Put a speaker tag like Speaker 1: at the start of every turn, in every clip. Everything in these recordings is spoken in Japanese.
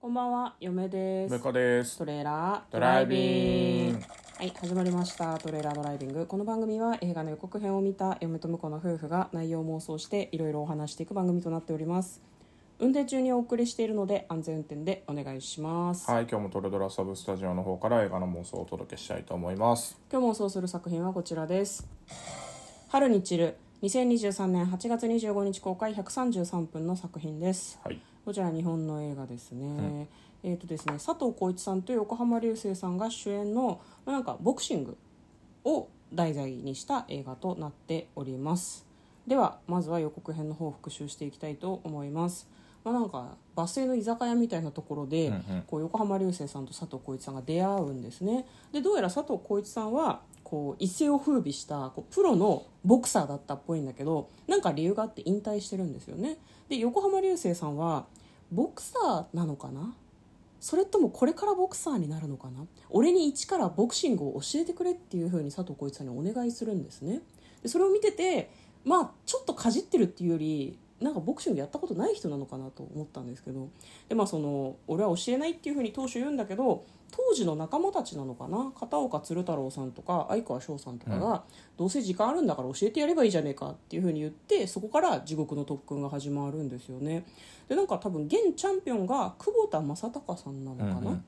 Speaker 1: こんばんは、嫁です
Speaker 2: 向。こうです
Speaker 1: トレーラー
Speaker 2: ドライビング
Speaker 1: はい、始まりました。トレーラードライビング。この番組は映画の予告編を見た嫁と婿の夫婦が内容を妄想していろいろお話していく番組となっております。運転中にお送りしているので安全運転でお願いします。
Speaker 2: はい今日もトレドラサブスタジオの方から映画の妄想をお届けしたいと思います
Speaker 1: 今日もそうする作品はこちらです春に散る2023年8月25日公開133分の作品です
Speaker 2: はい
Speaker 1: こちら日本の映画ですね、えっ、とですね佐藤浩市さんと横浜流星さんが主演のまあなんかボクシングを題材にした映画となっておりますではまずは予告編の方を復習していきたいと思いますまあなんかバス停の居酒屋みたいなところで、こう横浜流星さんと佐藤浩市さんが出会うんですねでどうやら佐藤浩市さんはこう一世を風靡したこうプロのボクサーだったっぽいんだけどなんか理由があって引退してるんですよねで横浜流星さんはボクサーなのかなそれともこれからボクサーになるのかな俺に一からボクシングを教えてくれっていうふうに佐藤浩市さんにお願いするんですねでそれを見ててまあちょっとかじってるっていうよりなんかボクシングやったことない人なのかなと思ったんですけどでまあその俺は教えないっていうふうに当初言うんだけど当時の仲間たちなのかな片岡鶴太郎さんとか相川翔さんとかが、どうせ時間あるんだから教えてやればいいじゃねえかっていうふうに言ってそこから地獄の特訓が始まるんですよねでなんか多分現チャンピオンが久保田正孝さんなのかな、
Speaker 2: うんうん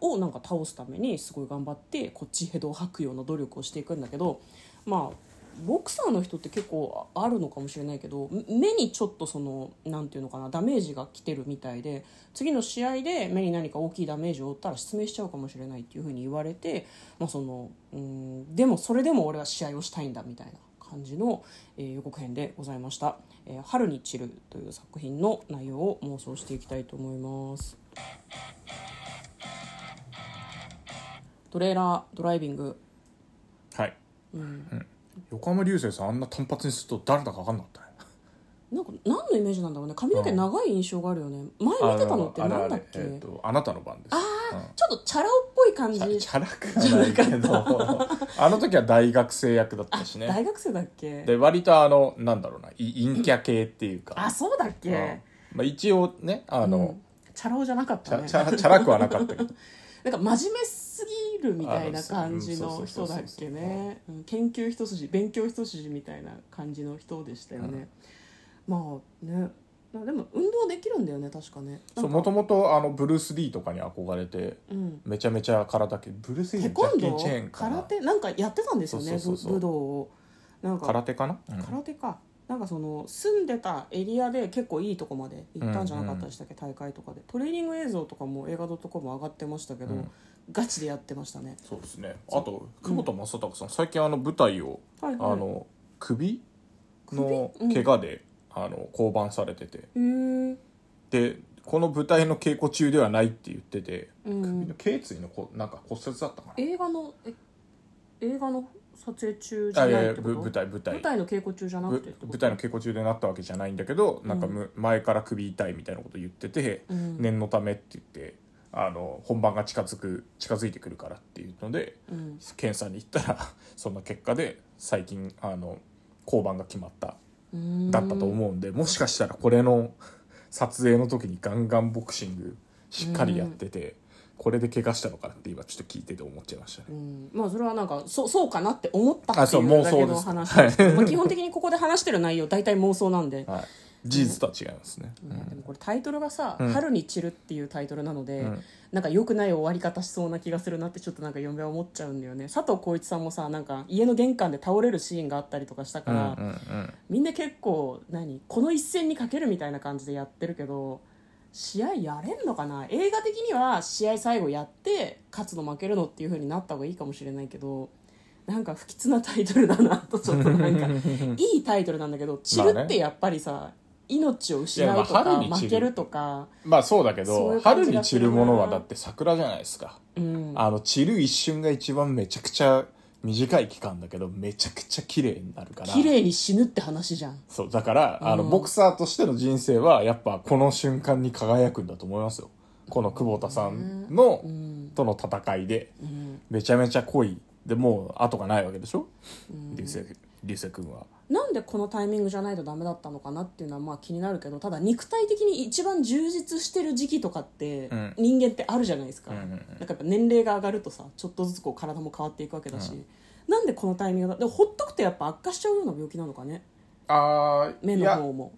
Speaker 1: をなんか倒すためにすごい頑張ってこっちヘドを吐くような努力をしていくんだけどまあボクサーの人って結構あるのかもしれないけど目目にちょっとそのなんていうのかなダメージが来てるみたいで次の試合で目に何か大きいダメージを負ったら失明しちゃうかもしれないっていうふうに言われて、まあ、そのうんでもそれでも俺は試合をしたいんだみたいな感じの、えー予告編でございました「えー春に散る」という作品の内容を妄想していきたいと思います。トレーラードライビング
Speaker 2: はい、うん横浜流星さんあんな単発にすると誰だか分かんなかったね
Speaker 1: なんか何のイメージなんだろうね髪の毛長い印象があるよね前見てたのって
Speaker 2: あ
Speaker 1: なん
Speaker 2: あ
Speaker 1: だ
Speaker 2: れ
Speaker 1: っけ
Speaker 2: えっとあなたの番です
Speaker 1: ちょっとチャラ男っぽい感じ
Speaker 2: うん、チャラくはないけ どあの時は大学生役だったしね
Speaker 1: 大学生だっけ
Speaker 2: で割とあのなんだろうない陰キャ系っていうか
Speaker 1: あそうだっ
Speaker 2: うん
Speaker 1: け、
Speaker 2: まあ、一応ねあ
Speaker 1: う
Speaker 2: の
Speaker 1: ん、チャラ男じゃなかっ
Speaker 2: チ
Speaker 1: た
Speaker 2: ャ
Speaker 1: ね
Speaker 2: チャラチャラくはなかったけど
Speaker 1: なんか真面目すぎるみたいな感じ
Speaker 2: あそ
Speaker 1: の
Speaker 2: うそ
Speaker 1: 人
Speaker 2: うそ
Speaker 1: だ
Speaker 2: うそ
Speaker 1: っ
Speaker 2: うそう
Speaker 1: けねうん研究一筋勉強一筋みたいな感じの人でしたよね、まあねまあでも運動できるんだよね確かねなんか
Speaker 2: もともとあのブルース・リーとかに憧れて
Speaker 1: うん
Speaker 2: めちゃめちゃ空手ブルース・リ
Speaker 1: テ
Speaker 2: ーの
Speaker 1: コン
Speaker 2: ジャッ
Speaker 1: ド
Speaker 2: キー・チェーン
Speaker 1: ー
Speaker 2: か
Speaker 1: 空
Speaker 2: な
Speaker 1: 手なんかやってたんですよね
Speaker 2: そうそうそうそう
Speaker 1: ぶ武道をなんか
Speaker 2: 空手かな、うん
Speaker 1: 空手かなんかその住んでたエリアで結構いいとこまで行ったんじゃなかったでしたっけ、大会とかでトレーニング映像とかも映画 .com 上がってましたけど、
Speaker 2: うん
Speaker 1: ガチでやってましたね
Speaker 2: そうですねあと久保田正孝さん、最近あの舞台を、
Speaker 1: はいはい
Speaker 2: あの首の
Speaker 1: 首うん
Speaker 2: 怪我で、あの降板されてて
Speaker 1: へー
Speaker 2: でこの舞台の稽古中ではないって言ってて、
Speaker 1: うん
Speaker 2: 首の頸椎のこなんか骨折だったかな
Speaker 1: 映画のえ映画の撮影中じゃ
Speaker 2: あい
Speaker 1: な
Speaker 2: やい
Speaker 1: い
Speaker 2: や
Speaker 1: ってこと
Speaker 2: ぶ舞台舞台
Speaker 1: 舞台の稽古中じゃなくてっ
Speaker 2: ぶ
Speaker 1: てこと
Speaker 2: 舞台の稽古中でなったわけじゃないんだけど、なんかむ前から首痛いみたいなこと言ってて、
Speaker 1: うん
Speaker 2: 念のためって言ってあの本番が近づく近づいてくるからっていうので
Speaker 1: うん
Speaker 2: 検査に行ったら その結果で最近あの降板が決まった
Speaker 1: うーん
Speaker 2: だったと思うんで、もしかしたらこれの撮影の時にガンガンボクシングしっかりやってて、これで怪我したのかなって今ちょっと聞いてて思っちゃいましたね。
Speaker 1: うんまあそれはなんかそうそうかなって思った
Speaker 2: あ
Speaker 1: って
Speaker 2: そ
Speaker 1: いううだけ
Speaker 2: 妄想
Speaker 1: の
Speaker 2: です
Speaker 1: 話ですけどまあ基本的にここで話してる内容大体妄想なんで
Speaker 2: はい、事実とは違いますね、
Speaker 1: いやでもこれタイトルがさ「
Speaker 2: うん
Speaker 1: 春に散る」っていうタイトルなので、
Speaker 2: うん
Speaker 1: なんか良くない終わり方しそうな気がするなってちょっとなんか嫁は思っちゃうんだよね佐藤浩市さんもさなんか家の玄関で倒れるシーンがあったりとかした
Speaker 2: う
Speaker 1: か
Speaker 2: んう
Speaker 1: ら、
Speaker 2: んうん
Speaker 1: みんな結構何この一戦にかけるみたいな感じでやってるけど試合やれんのかな映画的には試合最後やって勝つの負けるのっていう風になった方がいいかもしれないけどなんか不吉なタイトルだなとちょっと なんかいいタイトルなんだけど散るってやっぱりさ、命を失うと
Speaker 2: いやまあ
Speaker 1: か
Speaker 2: 春に散る
Speaker 1: 負けるとか、
Speaker 2: まあそうだけど
Speaker 1: そういう感
Speaker 2: 春
Speaker 1: じが
Speaker 2: に
Speaker 1: す
Speaker 2: 散
Speaker 1: るな
Speaker 2: るものはだって桜じゃないですか、
Speaker 1: うん、
Speaker 2: あの散る一瞬が一番めちゃくちゃ短い期間だけどめちゃくちゃ綺麗になるから
Speaker 1: 綺麗に死ぬって話じゃん
Speaker 2: そうだから、あの
Speaker 1: うん
Speaker 2: ボクサーとしての人生はやっぱこの瞬間に輝くんだと思いますよこの久保田さんの、
Speaker 1: うん
Speaker 2: との戦いで
Speaker 1: うん
Speaker 2: めちゃめちゃ濃いでもう後がないわけでしょ、
Speaker 1: うん
Speaker 2: 流星流星君は
Speaker 1: なんでこのタイミングじゃないとダメだったのかなっていうのはまあ気になるけどただ肉体的に一番充実してる時期とかって
Speaker 2: うん
Speaker 1: 人間ってあるじゃないですか、
Speaker 2: うんうんうん
Speaker 1: なんかやっぱ年齢が上がるとさちょっとずつこう体も変わっていくわけだし、なんでこのタイミングだでもほっとくとやっぱ悪化しちゃうような病気なのかね
Speaker 2: あー
Speaker 1: 目
Speaker 2: い
Speaker 1: の
Speaker 2: や
Speaker 1: 方も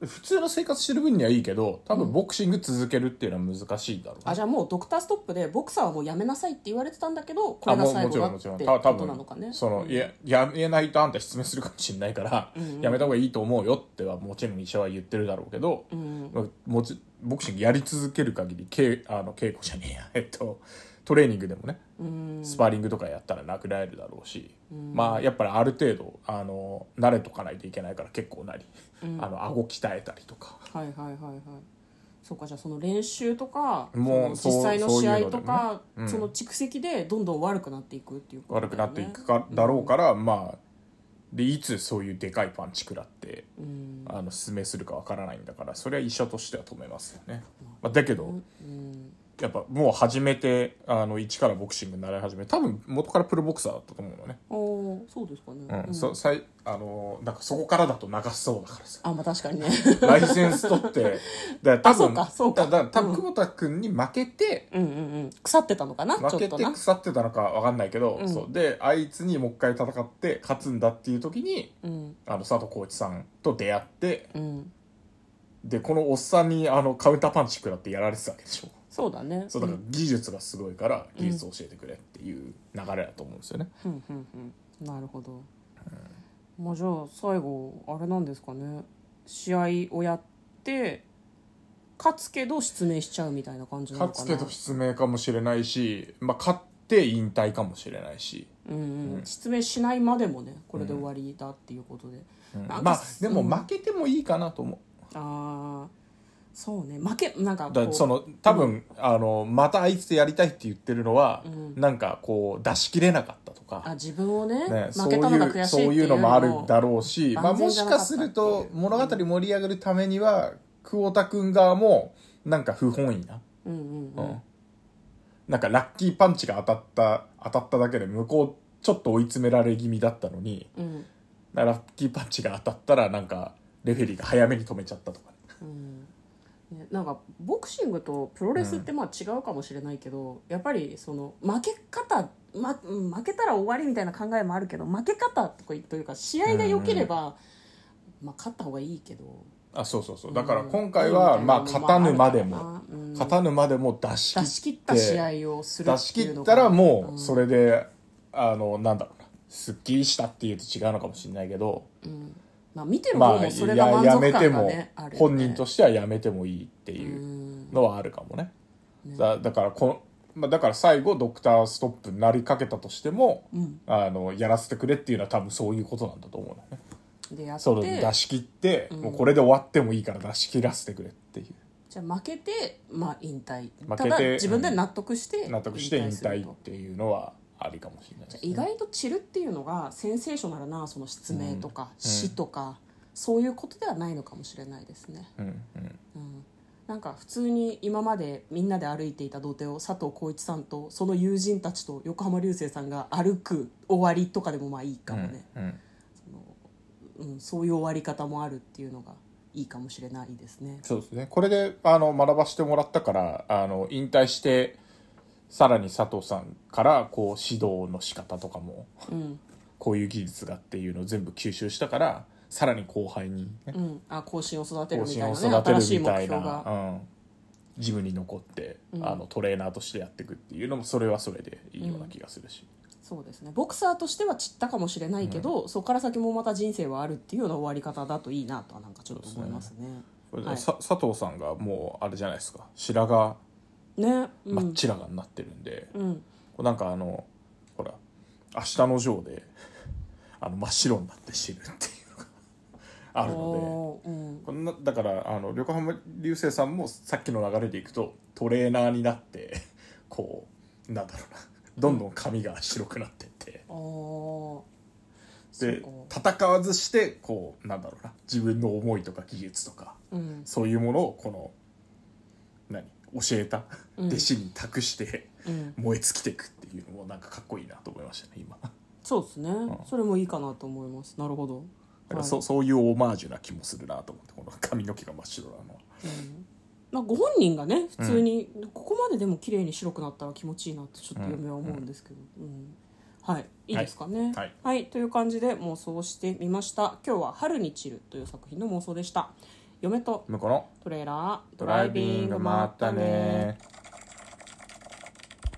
Speaker 2: 普通の生活してる分にはいいけど多分ボクシング続けるっていうのは難しいだろうね、
Speaker 1: あじゃあもうドクターストップでボクサーはもうやめなさいって言われてたんだけどこれが
Speaker 2: もう
Speaker 1: 最後だ
Speaker 2: も
Speaker 1: っ
Speaker 2: ち
Speaker 1: て
Speaker 2: ろん
Speaker 1: こ
Speaker 2: もちろんた
Speaker 1: となのかね
Speaker 2: そのいややめないとあんた失明するかもしれないから、やめた方がいいと思うよってはもちろん医者は言ってるだろうけど、まあもちボクシングやり続ける限りけあの稽古じゃねえやえっとトレーニングでもね、スパーリングとかやったら殴られるだろうし、まあやっぱりある程度あの慣れとかないといけないから結構なり、あの顎鍛えたりとか。
Speaker 1: はいはいはいはいそうかじゃあその練習とか
Speaker 2: もう
Speaker 1: その
Speaker 2: そう
Speaker 1: 実際の試合とか
Speaker 2: そういうのだよねうん
Speaker 1: その蓄積でどんどん悪くなっていくっていうことだよね
Speaker 2: 悪くなっていくかだろうから、まあでいつそういうでかいパンチ食らって、あの失明するかわからないんだからそれは医者としては止めますよね、まあ、だけど、やっぱもう始めてあの一からボクシング習い始め多分元からプロボクサーだったと思うのね、
Speaker 1: ああそうですかね、
Speaker 2: うん
Speaker 1: うん
Speaker 2: そさいあのなんかそこからだと長そうだからさ
Speaker 1: あまあ確かにね
Speaker 2: ライセンス取ってだから多分
Speaker 1: あそうかそうか
Speaker 2: だから多分久保田君に負けて、
Speaker 1: うんうんうん腐ってたのかなちょ
Speaker 2: 負
Speaker 1: っ
Speaker 2: け
Speaker 1: と
Speaker 2: て
Speaker 1: な
Speaker 2: 腐ってたのかわかんないけど、
Speaker 1: うん
Speaker 2: そうであいつにもう一回戦って勝つんだっていう時に
Speaker 1: うん
Speaker 2: あの佐藤浩市さんと出会って
Speaker 1: うん
Speaker 2: でこのおっさんにあのカウンターパンチ食らってやられてたわけでしょ
Speaker 1: そうだね
Speaker 2: そうだか
Speaker 1: う
Speaker 2: ら
Speaker 1: ん
Speaker 2: 技術がすごいから技術を教えてくれっていう流れだと思うんですよね、
Speaker 1: うんうんうんなるほど、まあじゃあ最後あれなんですかね試合をやって勝つけど失明しちゃうみたいな感じなの
Speaker 2: 勝
Speaker 1: か
Speaker 2: つ
Speaker 1: な
Speaker 2: けど失明かもしれないし、まあ、勝って引退かもしれないし、
Speaker 1: うんうん、失明しないまでもねこれで終わりだっていうことで、
Speaker 2: うん
Speaker 1: なんか
Speaker 2: まあでも
Speaker 1: うん
Speaker 2: 負けてもいいかなと思う
Speaker 1: ああそうね負けなんか
Speaker 2: だ
Speaker 1: こう
Speaker 2: その多分、あのまたあいつとやりたいって言ってるのは、なんかこう出し切れなかったとか
Speaker 1: あ自分をね
Speaker 2: ね、
Speaker 1: 負けたのが悔しいって
Speaker 2: そういうそういうのもあるだろうし、まあ、
Speaker 1: 万全
Speaker 2: も
Speaker 1: じゃ
Speaker 2: し
Speaker 1: なか
Speaker 2: か
Speaker 1: ったって
Speaker 2: す
Speaker 1: いう
Speaker 2: ると物語盛り上げるためには久保田君側もなんか不本意な、
Speaker 1: うんうん
Speaker 2: う
Speaker 1: うんん
Speaker 2: なんかラッキーパンチが当たった当たっただけで向こうちょっと追い詰められ気味だったのに
Speaker 1: うん
Speaker 2: ラッキーパンチが当たったらなんかレフェリーが早めに止めちゃったとかね、
Speaker 1: ね、なんかボクシングとプロレスってまあ違うかもしれないけど、やっぱりその負け方、ま、うん負けたら終わりみたいな考えもあるけど負け方とかというか試合が良ければ、まあ、勝った方がいいけど
Speaker 2: あそうそうそうだから今回は、
Speaker 1: うん
Speaker 2: まあ勝たぬまでも、
Speaker 1: まああるかなうん
Speaker 2: 勝たぬまでも出し切っ
Speaker 1: 出
Speaker 2: て
Speaker 1: し切った試合をする
Speaker 2: 出
Speaker 1: っ
Speaker 2: して
Speaker 1: いう
Speaker 2: 切
Speaker 1: の
Speaker 2: っ
Speaker 1: が
Speaker 2: たらもうそれで、あのなんだろうなすっきりしたっていうと違うのかもしれないけど、
Speaker 1: まあ、見てる
Speaker 2: ま
Speaker 1: 方
Speaker 2: あ
Speaker 1: もそれ
Speaker 2: や
Speaker 1: が満
Speaker 2: や
Speaker 1: 足
Speaker 2: めて
Speaker 1: 感が、
Speaker 2: も
Speaker 1: ね、あるよね
Speaker 2: 本人としてはやめてもいいっていうのはあるかもねだだからこの、まあ、だから最後ドクターストップになりかけたとしても、あのやらせてくれっていうのは多分そういうことなんだと思うのね
Speaker 1: でやっ
Speaker 2: その
Speaker 1: て
Speaker 2: 出し切って、もうこれで終わってもいいから出し切らせてくれっていう
Speaker 1: じゃあ負けて、まあ、引退
Speaker 2: 負けて
Speaker 1: ただ自分で納得して
Speaker 2: 納得して引
Speaker 1: する
Speaker 2: 退っ
Speaker 1: と
Speaker 2: ていうのはありかもしれないですね
Speaker 1: 意外と散るっていうのがセンセーショナルなその失明とか死とか、そういうことではないのかもしれないですね、
Speaker 2: うんうん
Speaker 1: なんか普通に今までみんなで歩いていた童貞を佐藤浩市さんとその友人たちと横浜流星さんが歩く終わりとかでもまあいいかもね、
Speaker 2: うんうん
Speaker 1: うん、そういう終わり方もあるっていうのがいいかもしれないですね。
Speaker 2: そうですね。これで、あの、学ばしてもらったから、あの、引退して、さらに佐藤さんから、こう、指導の仕方とかも、
Speaker 1: うん、
Speaker 2: こういう技術がっていうのを全部吸収したから、さらに後輩に、ね、
Speaker 1: うん、あ後進を育てる
Speaker 2: 更
Speaker 1: み
Speaker 2: 新
Speaker 1: たい
Speaker 2: を
Speaker 1: なね
Speaker 2: 育て
Speaker 1: 新
Speaker 2: る
Speaker 1: しい
Speaker 2: み
Speaker 1: 目
Speaker 2: たい
Speaker 1: 標
Speaker 2: な、
Speaker 1: が
Speaker 2: うん。ジムに残って、あの、トレーナーとしてやっていくっていうのも、それはそれでいいような気がするし。
Speaker 1: そうですねボクサーとしては散ったかもしれないけど、そこから先もまた人生はあるっていうような終わり方だといいなとはなんかちょっと思いますね。
Speaker 2: これで
Speaker 1: はい
Speaker 2: さ佐藤さんがもう、あれじゃないですか、白髪、
Speaker 1: ね、うん
Speaker 2: 真っ白髪になってるんで、
Speaker 1: うん、
Speaker 2: こうなんかあのほら「明日のジョーで」あの真っ白になって死ぬっていうのがあるの
Speaker 1: おーうん
Speaker 2: でこんなだからあの横浜流星さんもさっきの流れでいくとトレーナーになって こうなんだろうなどんどん髪が白くなってって、
Speaker 1: あー
Speaker 2: で
Speaker 1: そうか
Speaker 2: 戦わずしてこうなんだろうな自分の思いとか技術とか
Speaker 1: うん
Speaker 2: そういうものをこの何教えた弟子に託して、
Speaker 1: うん、
Speaker 2: 燃え尽きていくっていうのもなんかかっこいいなと思いましたね今。
Speaker 1: そうですね、それもいいかなと思いますなるほど
Speaker 2: だからそ,、そういうオマージュな気もするなと思ってこの髪の毛が真っ白なのは
Speaker 1: まあ、ご本人がね普通に、ここまででも綺麗に白くなったら気持ちいいなってちょっと嫁は思うんですけど、うんはいいいですかね
Speaker 2: はい
Speaker 1: という感じで妄想してみました今日は「春に散る」という作品の妄想でした嫁と
Speaker 2: 向こうの
Speaker 1: トレーラード
Speaker 2: ドライビングまったね